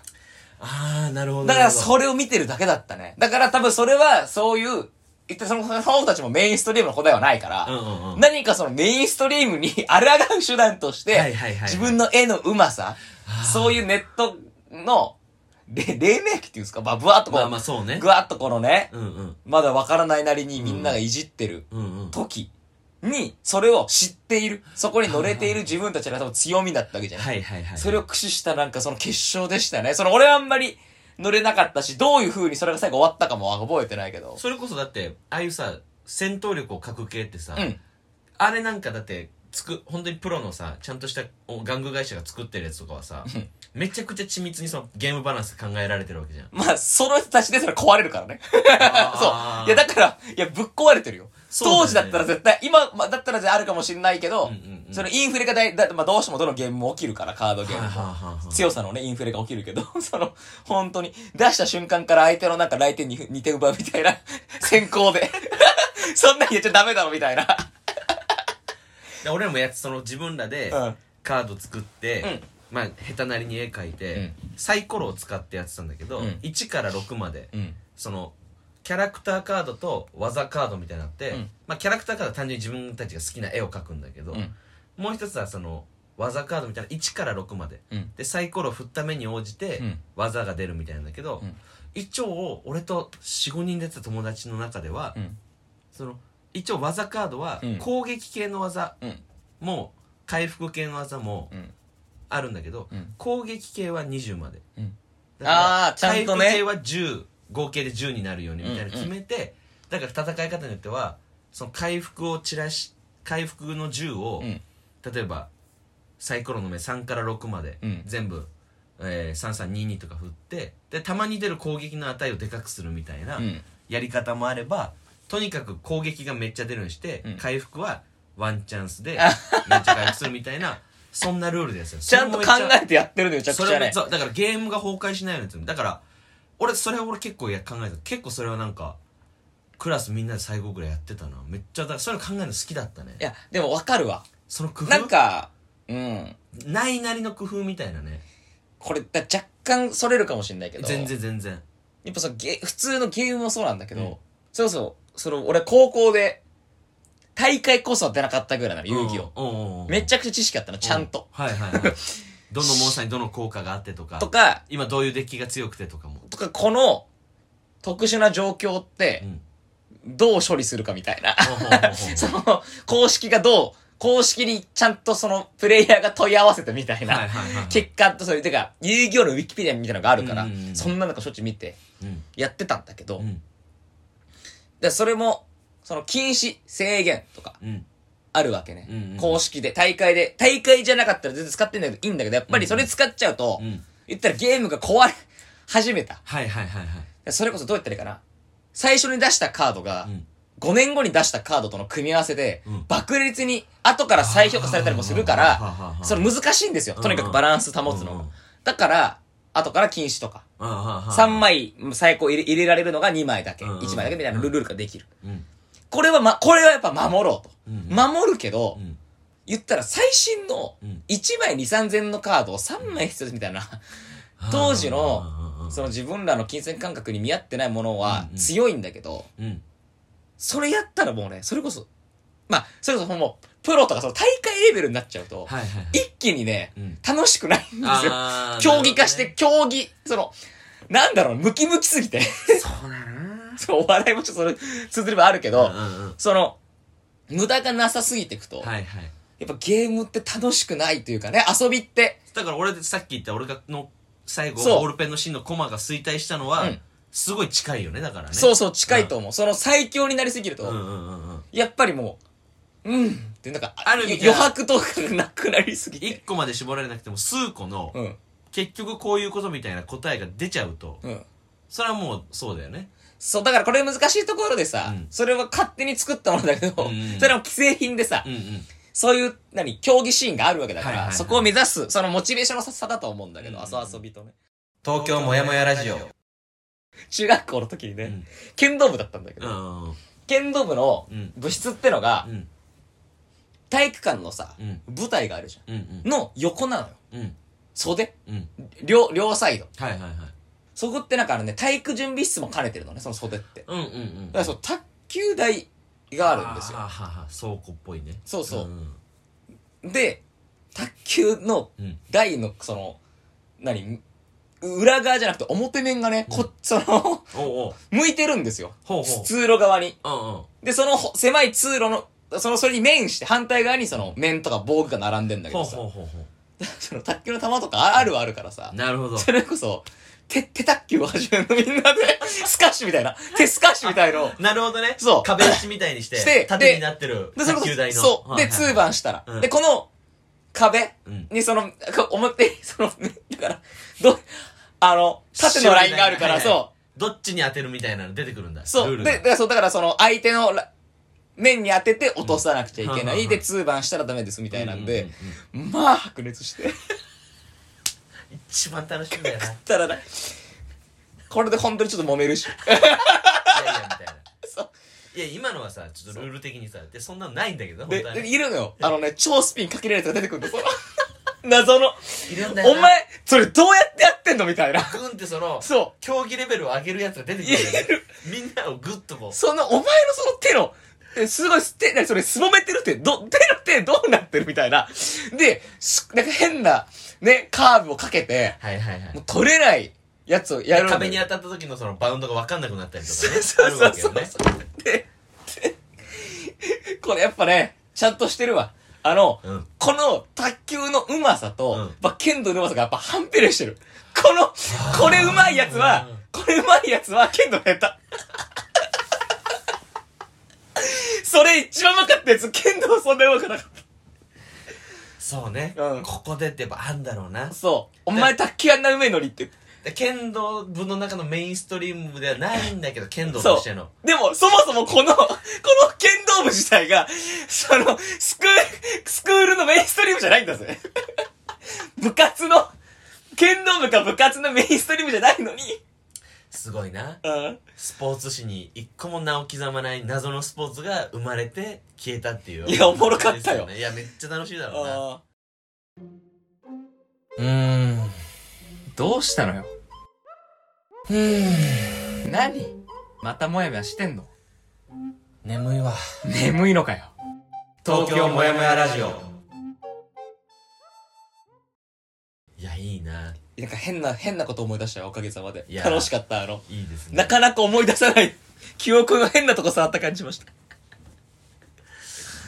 S1: あー、なるほど。
S2: だから
S1: う。
S2: それを見てるだけだったね。だから多分それはそういう、言ってその、その方たちもメインストリームの答えはないから、
S1: うんうんうん。
S2: 何かそのメインストリームに 抗う手段とし
S1: は
S2: て、
S1: いはいはいはい
S2: 自分の絵の上手さ、そういうネットの、れ黎明期っていうんですかまあ、ぶわっとこ
S1: ま
S2: う、
S1: あまあそうね
S2: ぐ。わっとこのね、
S1: うんうん。
S2: まだわからないなりにみんながいじってる
S1: うんうん。
S2: 時に、それを知っている、そこに乗れている自分たちが多分強みだったわけじゃない
S1: はいはいはい。
S2: それを駆使したなんかその決勝でしたね。その俺はあんまり乗れなかったし、どういう風にそれが最後終わったかも覚えてないけど。
S1: それこそだって、ああいうさ、戦闘力を欠く系ってさ、
S2: うん。
S1: あれなんかだって、つく、本当にプロのさ、ちゃんとしたお玩具会社が作ってるやつとかはさ、めちゃくちゃ緻密にそのゲームバランス考えられてるわけじゃん。
S2: まあ、その人たちでそれ壊れるからね。
S1: あー
S2: そう。いや、だから、いや、ぶっ壊れてるよ。
S1: そうだよね
S2: 当時だったら絶対、今、まあ、だったらじゃあるかもしれないけど、
S1: うんうんうん
S2: そのインフレがだいだ、まあ、どうしてもどのゲームも起きるから、カードゲーム
S1: は
S2: も
S1: あ、はあはあはあ
S2: 強さのね、インフレが起きるけど、 その、本当に、出した瞬間から相手のなんか来店に似て奪うみたいな、 先行で。 そんなんやっちゃダメだろ、みた いな。
S1: で俺らもやつその自分らで
S2: うん
S1: カード作って、
S2: うん
S1: まあ下手なりに絵描いて、
S2: うん
S1: サイコロを使ってやってたんだけど、
S2: うん
S1: 1から6まで、
S2: うん。
S1: そのキャラクターカードと技カードみたいなのあって、
S2: うん
S1: まあ、キャラクターカードは単純に自分たちが好きな絵を描くんだけど、
S2: うん
S1: もう一つはその技カードみたいな1から6まで
S2: うん。
S1: でサイコロを振った目に応じて
S2: うん
S1: 技が出るみたいなんだけど、
S2: うん
S1: 一応俺と45人出てた友達の中では、
S2: うん。
S1: その一応技カードは
S2: うん
S1: 攻撃系の技、
S2: うん
S1: もう回復系の技も
S2: うん
S1: あるんだけど、
S2: うん
S1: 攻撃系は20まで、
S2: うん
S1: だから
S2: あーちゃんとね
S1: 回復系は10合計で10になるようにみたいなの決めて、だから戦い方によってはその回復を散らし回復の10を、
S2: うん
S1: 例えばサイコロの目3から6まで、
S2: うん
S1: 全部、えー、3322とか振ってでたまに出る攻撃の値をでかくするみたいな、
S2: うん
S1: やり方もあればとにかく攻撃がめっちゃ出るようにして、
S2: うん
S1: 回復はワンチャンスでめっちゃ回復するみたいなそんなルールですよ
S2: ちゃんと考えてやってるのよ、めちゃく
S1: そ
S2: ちゃ
S1: れ
S2: ね
S1: も。そうだからゲームが崩壊しないようにするだから俺それ俺結構や考えた結構それはなんかクラスみんなで最後ぐらいやってたなめっちゃだからそれ考えるの好きだったね
S2: いや、でもわかるわ。
S1: その工夫
S2: なんか、うん。
S1: ないなりの工夫みたいなね
S2: これ、だ若干それるかもしれないけど。
S1: 全然全然
S2: やっぱそのゲ、普通のゲームもそうなんだけど、
S1: うん
S2: それこそ、その、俺高校で、大会こそは出なかったぐらいなの、遊戯を。
S1: を
S2: め
S1: ゃ
S2: ちゃくちゃ知識あったの、ちゃんと。
S1: はいはいはいどのモンスターにどの効果があってとか
S2: とか、
S1: 今どういうデッキが強くてとかも
S2: とか、この、特殊な状況って
S1: う、ん
S2: どう処理するかみたいな。
S1: ほうほうほうほう
S2: その、公式がどう、公式にちゃんとその、プレイヤーが問い合わせてみたいな。
S1: はいはいはいはい
S2: 結果とそういう、てか、遊戯王のウィキペディアみたいなのがあるから、
S1: うんうんうん
S2: そんなのかしょっちゅう見て、
S1: うん
S2: やってたんだけど、
S1: うん
S2: でそれも、その、禁止、制限とか、
S1: うん
S2: あるわけね、
S1: うんうん
S2: 公式で、大会で、大会じゃなかったら全然使ってんだけど、いいんだけど、やっぱりそれ使っちゃうと、
S1: うん
S2: 言ったらゲームが壊れ、始めた。
S1: はいはいはいはい
S2: それこそどうやったらいいかな。最初に出したカードが、
S1: うん
S2: 5年後に出したカードとの組み合わせで、
S1: うん
S2: 爆裂に後から再評価されたりもするから、
S1: ら
S2: それ難しいんですよ。とにかくバランス保つの
S1: うんう
S2: が
S1: ん。
S2: だから、後から禁止とか。3
S1: 3
S2: 枚最高入れ入れられるのが2枚だけ、
S1: うんうん
S2: 1枚だけみたいなルールができる。
S1: うん
S2: これはま、これはやっぱ守ろうと。
S1: うん
S2: 守るけど、
S1: うん
S2: 言ったら最新の
S1: うん
S2: 1枚2、3000のカードを3枚必要ですみたいな、当時の
S1: うんうんうん
S2: その自分らの金銭感覚に見合ってないもの
S1: うん
S2: は
S1: うん
S2: 強いんだけど、
S1: うん
S2: それやったらもうね、それこそ、まあ、それこそもう、プロとかその大会レベルになっちゃうと、
S1: はいはい
S2: 一気にね、
S1: うん
S2: 楽しくないんですよ。
S1: あー
S2: 競技化し
S1: な
S2: て、
S1: る
S2: 競技、その、なんだろう、ムキムキすぎて。
S1: ほどね
S2: そう、お笑いもちょっとそれ、続ればあるけど、
S1: うんうんうん
S2: その、無駄がなさすぎていくと、
S1: はいはい
S2: やっぱゲームって楽しくないというかね、遊びって、
S1: だから俺さっき言った俺がの最後
S2: そう
S1: ボールペンの芯のコマが衰退したのは
S2: うん
S1: すごい近いよねだからね
S2: そうそう近いと思う。その最強になりすぎると、
S1: うんうんうんうん
S2: やっぱりもう、うんってなんか、
S1: ある意味
S2: 余白とかがなくなりすぎ
S1: 1
S2: て。
S1: 個まで絞られなくても数個の
S2: うん。
S1: 結局こういうことみたいな答えが出ちゃうと
S2: うん。
S1: それはもうそうだよね
S2: そう、だからこれ難しいところでさ、
S1: うん
S2: それは勝手に作ったものだけど、
S1: うんうん
S2: それも既製品でさ、
S1: うんうんそう
S2: そういう、何、競技シーンがあるわけだから、
S1: はいはいはい
S2: そこを目指す、そのモチベーションの差だと思うんだけど、
S1: うん
S2: 遊遊びとね。
S1: 東京もやもやラジオう
S2: 中学校の時にね、
S1: ん
S2: 剣道部だったんだけ
S1: う
S2: ど、
S1: んうん
S2: 剣道部の
S1: うん
S2: 部室ってのが
S1: う、ん
S2: 体育館のさ、
S1: うん
S2: 舞台があるじゃ
S1: うんうん
S2: ん。の横なのよ。
S1: うん
S2: 袖
S1: うん
S2: 両、両サイド。
S1: はいはいはい
S2: そこってなんかあのね、体育準備室も兼ねてるのね、その袖って。
S1: うんうんうん
S2: だからそう、卓球台があるんですよ。
S1: ははは倉庫っぽいね
S2: そうそうんで、卓球の
S1: うん
S2: 台の、その、何裏側じゃなくて表面がね、こっ その、
S1: おうおう
S2: 向いてるんですよ。
S1: ほうほう
S2: 通路側に。
S1: うんうん
S2: で、そのほ狭い通路の、その、それに面して、反対側にその、面とか防具が並んでんだけ
S1: ほう
S2: どさ
S1: ほ、うほうほ
S2: その卓球の球とかああるはあるからさ
S1: う、なるほど
S2: それこそ、手、手卓球を始めるのみんなで、 スカッシュみたいな、手スカッシュみたいのを、
S1: なるほどね
S2: そう
S1: 壁打ちみたいにして
S2: して
S1: 縦
S2: で
S1: になってる
S2: で、それ
S1: 卓
S2: こ
S1: 球台の
S2: そ、そう。
S1: はい
S2: で、
S1: はい
S2: ツーバンしたら。
S1: うん
S2: で、この、壁
S1: うん
S2: にその、 こう表、その、だから、ど、あの、縦のラインがあるから、
S1: はいはい
S2: そ
S1: どっちに当てるみたいなの出てくるんだ
S2: う。そ
S1: ルー
S2: う。
S1: ル
S2: で、
S1: が
S2: だからそう、だからその、相手のラ、面に当てて落とさなくちゃいけな
S1: うんうんうんう
S2: い。
S1: ん
S2: で、ツーバンしたらダメです、みたいなん
S1: う
S2: で
S1: ん、うんうん
S2: まあ、白熱して。
S1: 一番楽しいんだよない
S2: たらな、これで本当にちょっと揉めるし。
S1: やいやみたいな
S2: そう
S1: いや今のはさちょっとルール的にさでそんなのないんだけど
S2: で
S1: 本当は、ね
S2: でいるのよ。あのね、超スピンかけられたやつが出てくるんですよ。 謎の。
S1: いるんだよ
S2: お
S1: な
S2: 前、それどうやってやってんのみたいな。
S1: グンってその
S2: そう。
S1: 競技レベルを上げるやつが出てくるんだよねみんなをグッとこう
S2: その、お前のその手の、えすごい、手、なにそれ、すぼめてるって、ど、手の手どうなってるみたいな。で、すなんか変な、ね、カーブをかけて、
S1: はいはいはい
S2: もう取れないやつをやるんだよ
S1: 壁に当たった時のそのバウンドが分かんなくなったりとかね
S2: そうそう
S1: あるわけよね
S2: これやっぱね、ちゃんとしてるわ。あの、
S1: うん
S2: この卓球のうまさと、
S1: うん
S2: やっぱ剣道のうまさがやっぱ反比例してる。この、これうまいやつは
S1: うん、
S2: これうまいやつは剣道の下 手。それ一番うまかったやつ、剣道そんなうまくなかっ
S1: そうね、
S2: うん
S1: ここでってやっぱあんだろうな
S2: た。そう。お前卓球あんなうめえのにって。
S1: で剣道部の中のメインストリームではないんだけど剣道
S2: そ
S1: と
S2: う
S1: しての。
S2: でも、そもそもこの、この剣道部自体が、その、スクール、スクールのメインストリームじゃないんだぜ。部活の、剣道部か部活のメインストリームじゃないのに、
S1: すごいな
S2: うん。
S1: スポーツ史に一個も名を刻まない謎のスポーツが生まれて消えたっていう
S2: いやおもろかったよ
S1: ですねいやめっちゃ楽しいだろうな
S2: あーうーん。どうしたのよ。うーん。 何またもやもやしてんの
S1: 眠いわ
S2: 眠いのかよ。東京もやもやラジオ
S1: いやいいな
S2: なんか変な、変なこと思い出したよ、おかげさまで
S1: いや。
S2: 楽しかった、あの。
S1: いいですね
S2: なかなか思い出さない 記憶の変なとこ触った感じしました。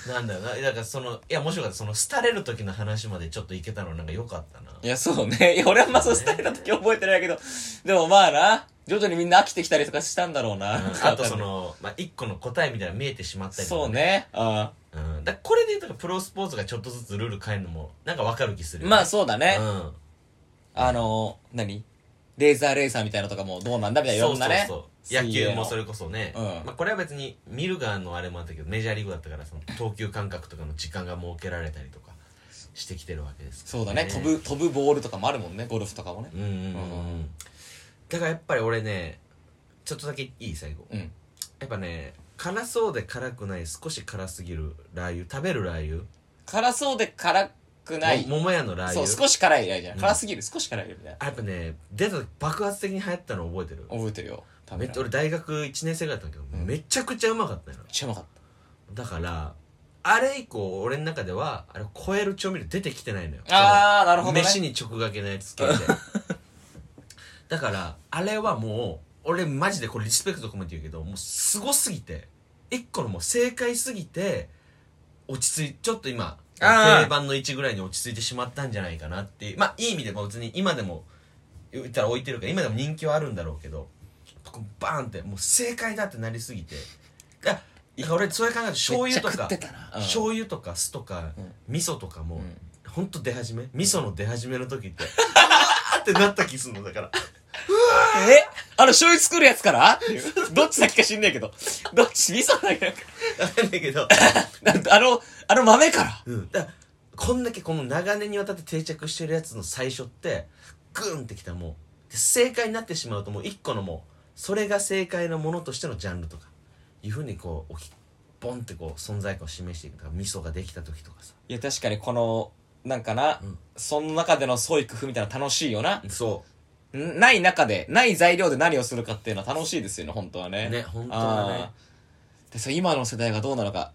S1: なんだよなだからそのいや面白かったその廃れる時の話までちょっといけたのなんか良かった ない
S2: や、そうね。いや、俺はあんまそうスタイルの時覚えてないけど、でもまあな、徐々にみんな飽きてきたりとかしたんだろうな。
S1: う んあとそ、の、まあ、一個の答えみたいなの見えてしまったりとか
S2: そうね。あ
S1: うん、だからこれで言うとプロスポーツがちょっとずつルール変えるのもなんか分かる気する
S2: あ
S1: よ
S2: まあそうだね。
S1: うん
S2: あの、何レーザーレーサーみたいなのとかもどうなんだみたいな、
S1: そ
S2: いろ
S1: うんそ
S2: な
S1: う
S2: ね。
S1: そう
S2: 水
S1: 野
S2: 泳の
S1: 球もそれこそね、
S2: うん
S1: まあ、これは別に見る側のあれもあったけどメジャーリーグだったからその投球間隔とかの時間が設けられたりとかしてきてるわけです
S2: そうだね。飛ぶ、飛ぶボールとかもあるもんね。ゴルフとかもね。
S1: うんうんうん、うん、だからやっぱり俺ねちょっとだけいい最後
S2: うん。
S1: やっぱね辛そうで辛くない少し辛すぎるラー油食べるラー
S2: 辛そうで辛くな
S1: 油
S2: い。
S1: も桃屋のラー
S2: そう、
S1: 油
S2: 少し辛いやじゃん。
S1: うん
S2: 辛すぎる、少し辛いよみたいな。
S1: あやっぱね出た時爆発的に流行ったの覚えてる
S2: 覚えてるよ。食
S1: め
S2: べ
S1: っ
S2: ら
S1: ちゃ俺大学1年生ぐらいだったんだけど、
S2: うん
S1: めちゃくちゃうまかったのよ
S2: めっちゃうまかった。
S1: だからあれ以降俺の中ではあれ超える調味料出てきてないのよ
S2: あー、な
S1: そ
S2: るほ
S1: の
S2: どね。
S1: 飯に直掛けのやつ系 でだからあれはもう俺マジでこれリスペクト込めて言うけどもうすごすぎて一個のもう正解すぎて落ち着いちょっと今
S2: あー
S1: 定番の位置ぐらいに落ち着いてしまったんじゃないかなっていうまあいい意味でも別に今でも言ったら置いてるから今でも人気はあるんだろうけどこうバーンってもう正解だってなりすぎていやいや俺そういう考えると醤油と
S2: めっちゃ食
S1: か
S2: ってたな。うん
S1: 醤油とか酢とか
S2: うん
S1: 味噌とかも、
S2: うん
S1: ほんと出始め味噌の出始めの時ってうわーってなった気すんのだから
S2: えあの、醤油作るやつからっていうどっちだっけか知んねえけど。どっち、味噌だっけ
S1: 分かんないけど、
S2: なんかあの、あの豆から。
S1: うん、だからこんだけこの長年にわたって定着してるやつの最初ってグーンってきたもうで正解になってしまうともう一個のもうそれが正解のものとしてのジャンルとかいうふうにこうおきボンってこう存在感を示していくとか味噌ができた時とかさ
S2: いや、確かにこの、なんかな、
S1: うん
S2: その中での創意工夫みたいなの楽しいよな。
S1: そ
S2: んない中で、ない材料で何をするかっていうのは楽しいですよね、本当はね。
S1: ね本当はね
S2: あー。で、そう、今の世代がどうなのか。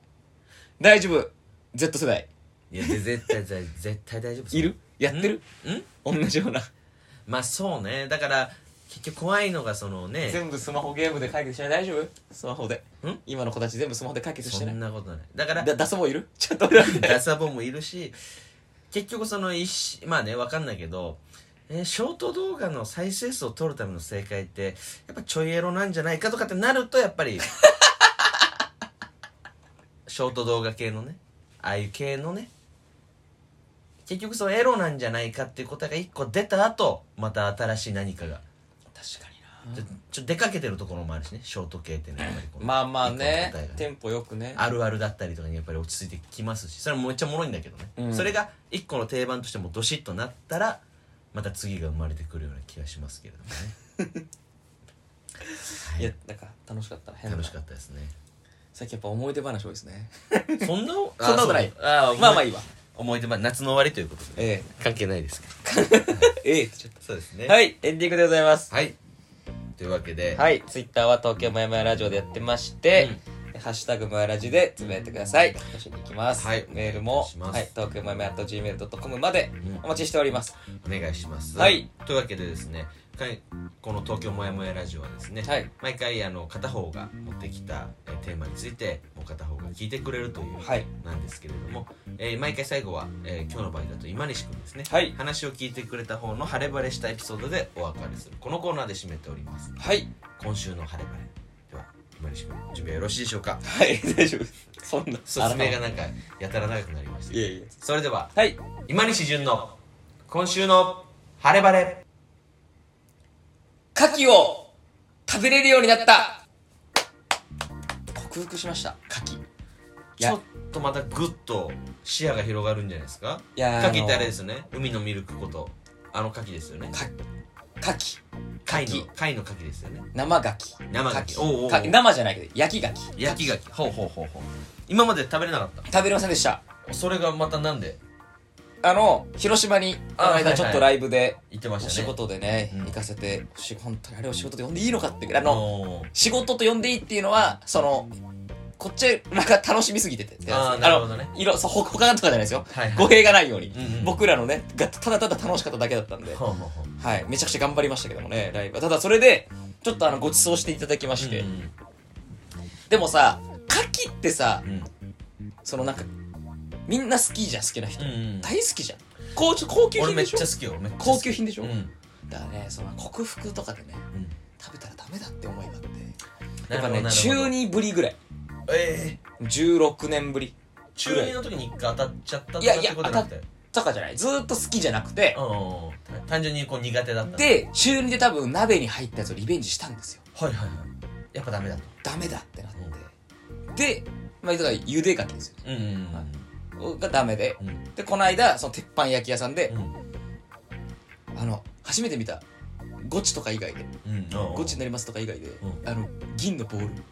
S2: 大丈夫。Z 世代。
S1: ういやで絶対絶対絶対大丈夫
S2: いるやってる
S1: ん
S2: 同じような。
S1: まあそうねだから結局怖いのがそのね
S2: 全部スマホゲームで解決しない大丈夫スマホで。
S1: ん
S2: 今の子たち全部スマホで解決し
S1: そ
S2: てない
S1: ん。なことないだから
S2: だ、出そういるちょっと俺らみたい
S1: ダサボもいるし結局その一まあねわかんないけど、えーショート動画の再生数を取るための正解ってやっぱちょいエロなんじゃないかとかってなるとやっぱ りショート動画系のねああいう系のね結局そのエロなんじゃないかっていう答えが一個出た後また新しい何かが、
S2: 確かに
S1: ちょちょ出かけてるところもあるしねショート系ってねやっぱりこの
S2: まあまあ
S1: 一
S2: ね
S1: 個の答えが
S2: テンポよくね
S1: あるあるだったりとかにやっぱり落ち着いてきますしそれもめっちゃおもろいんだけどね、
S2: うん
S1: それが一個の定番としてもうドシッとなったらまた次が生まれてくるような気がしますけれどもね
S2: いやなんか楽しかった 変な
S1: 楽しかったですね
S2: 最近やっぱ思い出話多いですね
S1: そ んなそ
S2: そんなことない
S1: あそうあ
S2: まあまあ
S1: い
S2: いいわ
S1: 思い出ま夏の終わりということで
S2: え
S1: 関係ないですけど
S2: え ええってちょっ
S1: そうですね
S2: とはいエンディングでございます
S1: はいというわけで
S2: はいツイッターは東京もやもやラジオでやってまして、ハッシュタグもやラジでつぶやいてください私に行きます、
S1: はい
S2: メールも
S1: お願いします
S2: はい東京もやもや .gmail.com まで
S1: ん
S2: お待ちしております、
S1: お願いします、
S2: はい、
S1: というわけでですねかいこの「東京もやもやラジオ」はですね、
S2: はい
S1: 毎回あの片方が持ってきたえーテーマについてもう片方が聞いてくれるという、
S2: はい
S1: なんですけれども、えー毎回最後は、えー今日の場合だと今西君ですね、
S2: はい
S1: 話を聞いてくれた方の晴れ晴れしたエピソードでお別れするこのコーナーで締めております
S2: はい
S1: 今週の晴れ晴れでは今西君準備はよろしいでしょうか
S2: はい大丈夫そんな
S1: 説明が
S2: あ
S1: なんかやたら長くなりました
S2: いえいえ
S1: それでは
S2: はい
S1: 今西純の今週の晴れ晴れ
S2: 牡蠣を食べれるようになった克服しました牡蠣
S1: ちょっとまたぐっと視野が広がるんじゃないですか
S2: いやー
S1: 牡蠣ってあれ
S2: あの
S1: ですよね海のミルクことあの牡蠣ですよね
S2: か牡蠣
S1: 貝の貝の牡蠣ですよね
S2: 生牡蠣
S1: 生牡蠣おうおうおう
S2: 牡蠣生じゃないけど焼き牡蠣
S1: 焼き牡蠣ほうほうほうほう今まで食べれなかっ
S2: 食べれませんでした
S1: たそれがまたなんで
S2: あの広島にこ
S1: あ
S2: の
S1: はいは
S2: 間
S1: い
S2: ちょっとライブで
S1: 言ってま
S2: お
S1: したね
S2: 仕事でね
S1: うん
S2: 行かせてお仕本当にあれお仕事で呼んでいいのかってあの
S1: の
S2: 仕事と呼んでいいっていうのはそのこっちなんか楽しみすぎててってやつ
S1: あーなるほどね
S2: のいろそうほ他とかじゃないですよ
S1: はいはい
S2: 語弊がないように
S1: うんうん
S2: 僕らのねがただただ楽しかっただけだったんで
S1: ほうほうほう
S2: はいめちゃくちゃ頑張りましたけどもねライブはただそれでちょっとあのご馳走していただきまして
S1: うん
S2: でもさ牡蠣ってさ
S1: うん
S2: そのなんかみんな好きじゃん好きな人
S1: うんうん
S2: 大好きじゃん高高級
S1: 俺
S2: 品
S1: め
S2: で
S1: っ
S2: し
S1: ちゃ
S2: ょ
S1: 好きよめっちゃ好き
S2: 高級品でしょ、
S1: うん
S2: だからねその克服とかでね
S1: うん
S2: 食べたらダメだって思いがあって
S1: な
S2: や
S1: るほ
S2: っぱ
S1: どなるほ
S2: ね
S1: ど
S2: 中2ぶりぐらい
S1: ええ
S2: 16年ぶり
S1: 中二の時に一回当たっちゃったとかっ
S2: いやいや
S1: てことなくて
S2: とかじゃないずーっと好きじゃなくて
S1: うんうんうん単純にこう苦手だった
S2: で中2で多分鍋に入ったやつをリベンジしたんですよ
S1: はいはいはいやっぱダメだと
S2: ダメだってなって、でまあだから茹でかきですよ
S1: うんうんうん
S2: はいがダメで
S1: うん
S2: でこの間その鉄板焼き屋さんで
S1: う、ん
S2: あの初めて見たゴチとか以外で
S1: うんうん
S2: ゴチになりますとか以外で、
S1: ん
S2: あの銀のボール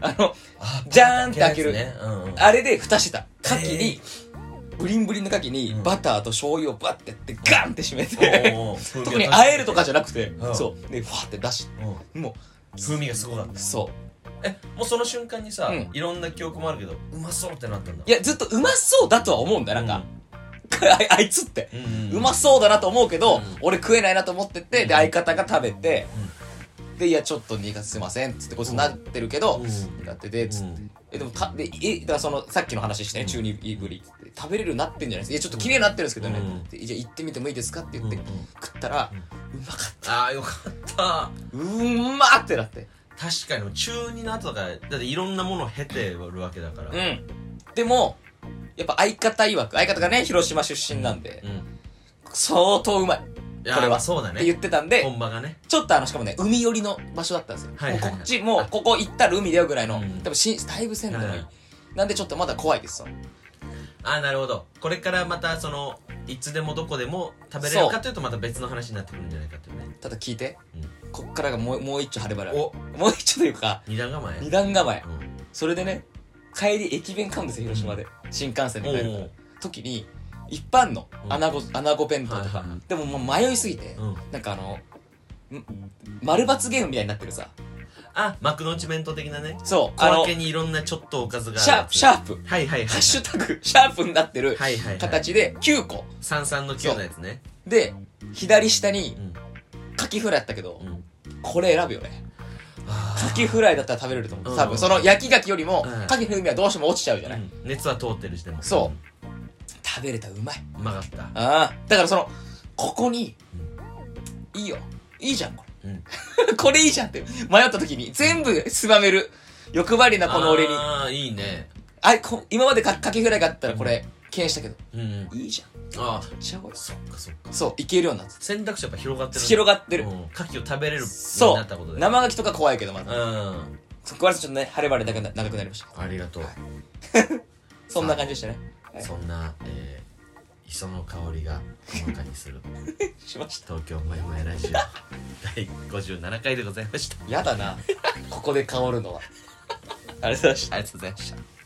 S2: あの
S1: あ
S2: じゃーんって開ける
S1: パンだけのやつねうんうん
S2: あれで蓋してた牡蠣に、ブリンブリンの牡蠣に
S1: うん
S2: バターと醤油をバッてやってガンって締めて、
S1: おうおう風味を
S2: 特に和えるとかじゃなくて、
S1: うん
S2: そうでファーって出し
S1: うん
S2: ても
S1: 風味がすごかっ
S2: うそ
S1: たえもうその瞬間にさ
S2: うん
S1: いろんな記憶もあるけどうまそうってなったんだ
S2: ういやずっとうまそうだとは思うんだよなんか、 あいあいつって、
S1: うん
S2: う
S1: うん
S2: まそうだなと思うけ
S1: う
S2: ど、
S1: ん
S2: 俺食えないなと思っててで相方が食べて、でいやちょっと苦手すいませんっつってこいつなってるけど、
S1: うん
S2: 苦手でつって、
S1: うん
S2: えでもたでえだからそのさっきの話してね中二ぶりって食べれるようになってんじゃないですかいやちょっと綺麗になってるんですけどね、
S1: うん
S2: でじゃあ行ってみてもいいですかって言
S1: う
S2: っ
S1: ん
S2: て、
S1: うん
S2: 食ったら、うまかっ
S1: ああよかった
S2: たうんまってなって
S1: 確かに中二の後だからだっていろんなものを経てるわけだから
S2: うんでもやっぱ相方曰く相方がね広島出身なんで、
S1: うん
S2: 相当うまいっ
S1: いや
S2: これは
S1: まあそうだ
S2: て言っ
S1: ね
S2: てたんで、
S1: 本場がね
S2: ちょっとあのしかもね海寄りの場所だったんですよ、
S1: はいはいはい
S2: もうこっちもうここ行ったら海だよぐらいの、
S1: うん
S2: 多分しだいぶ鮮度のいい、
S1: はい
S2: なんでちょっとまだ怖いですよ
S1: ああなるほどこれからまたそのいつでもどこでも食べれるかというとまた別の話になってくるんじゃないかっていうね
S2: ただ聞いて、
S1: う
S2: こっからがもうもう一丁晴れ晴れ
S1: お
S2: もう一丁というか
S1: 二段構え
S2: 二段構え
S1: うん
S2: それでね帰り駅弁買うんですよ広島で、新幹線で帰るから
S1: おう
S2: 時に一般の
S1: うん
S2: 穴子,、穴子弁当とか、
S1: はいはいはい
S2: でももう迷いすぎて、
S1: うん
S2: なんかあのん丸抜ゲームみたいになってるさ
S1: あ幕の内弁当的なね
S2: そう
S1: 小
S2: あの
S1: 分けにいろんなちょっとおかずがある
S2: シャープシャープ
S1: はいはいはい
S2: ハッシュタグシャープになってる
S1: はいはいはい
S2: 形で9個
S1: 三三の九のやつね
S2: で左下に
S1: うん
S2: カキフライあったけど、
S1: うん
S2: これ選ぶよねカ
S1: あ
S2: キフライだったら食べれると思
S1: う
S2: うん多分その焼きガキよりも
S1: うん
S2: カキの風味はどうしても落ちちゃうじゃ
S1: ー
S2: ない、
S1: うん熱は通ってるしでも
S2: そ食べれたらうまい
S1: うんうまかった
S2: ああだからそのここに、いいよいいじゃんこ
S1: うん
S2: れ これいいじゃんって迷った時に全部すばめる欲張りなこの俺にあ
S1: ああいいね
S2: いこ今までかかけフライがあったらこれ敬遠したけど、
S1: うんうん
S2: いいじゃん
S1: ああ
S2: めっちゃごい
S1: そっかそっか
S2: そういけるようになって
S1: 選択肢やっぱ広がってる
S2: 広
S1: が
S2: がってる、
S1: 牡蠣を食べれるよう
S2: そ
S1: に
S2: う
S1: なったことで
S2: 生ガキとか怖いけどまだ、
S1: うん
S2: そこはちょっとね晴れ晴れだけな長くなりましたけ
S1: ありがとう
S2: どそんな感じでしたねはい
S1: そんなえー磯の香りがほのかにする
S2: しました
S1: 東京もやもやラジオ 第57回でございました
S2: やだなここで香るのはありがとうございました
S1: ありがとうございました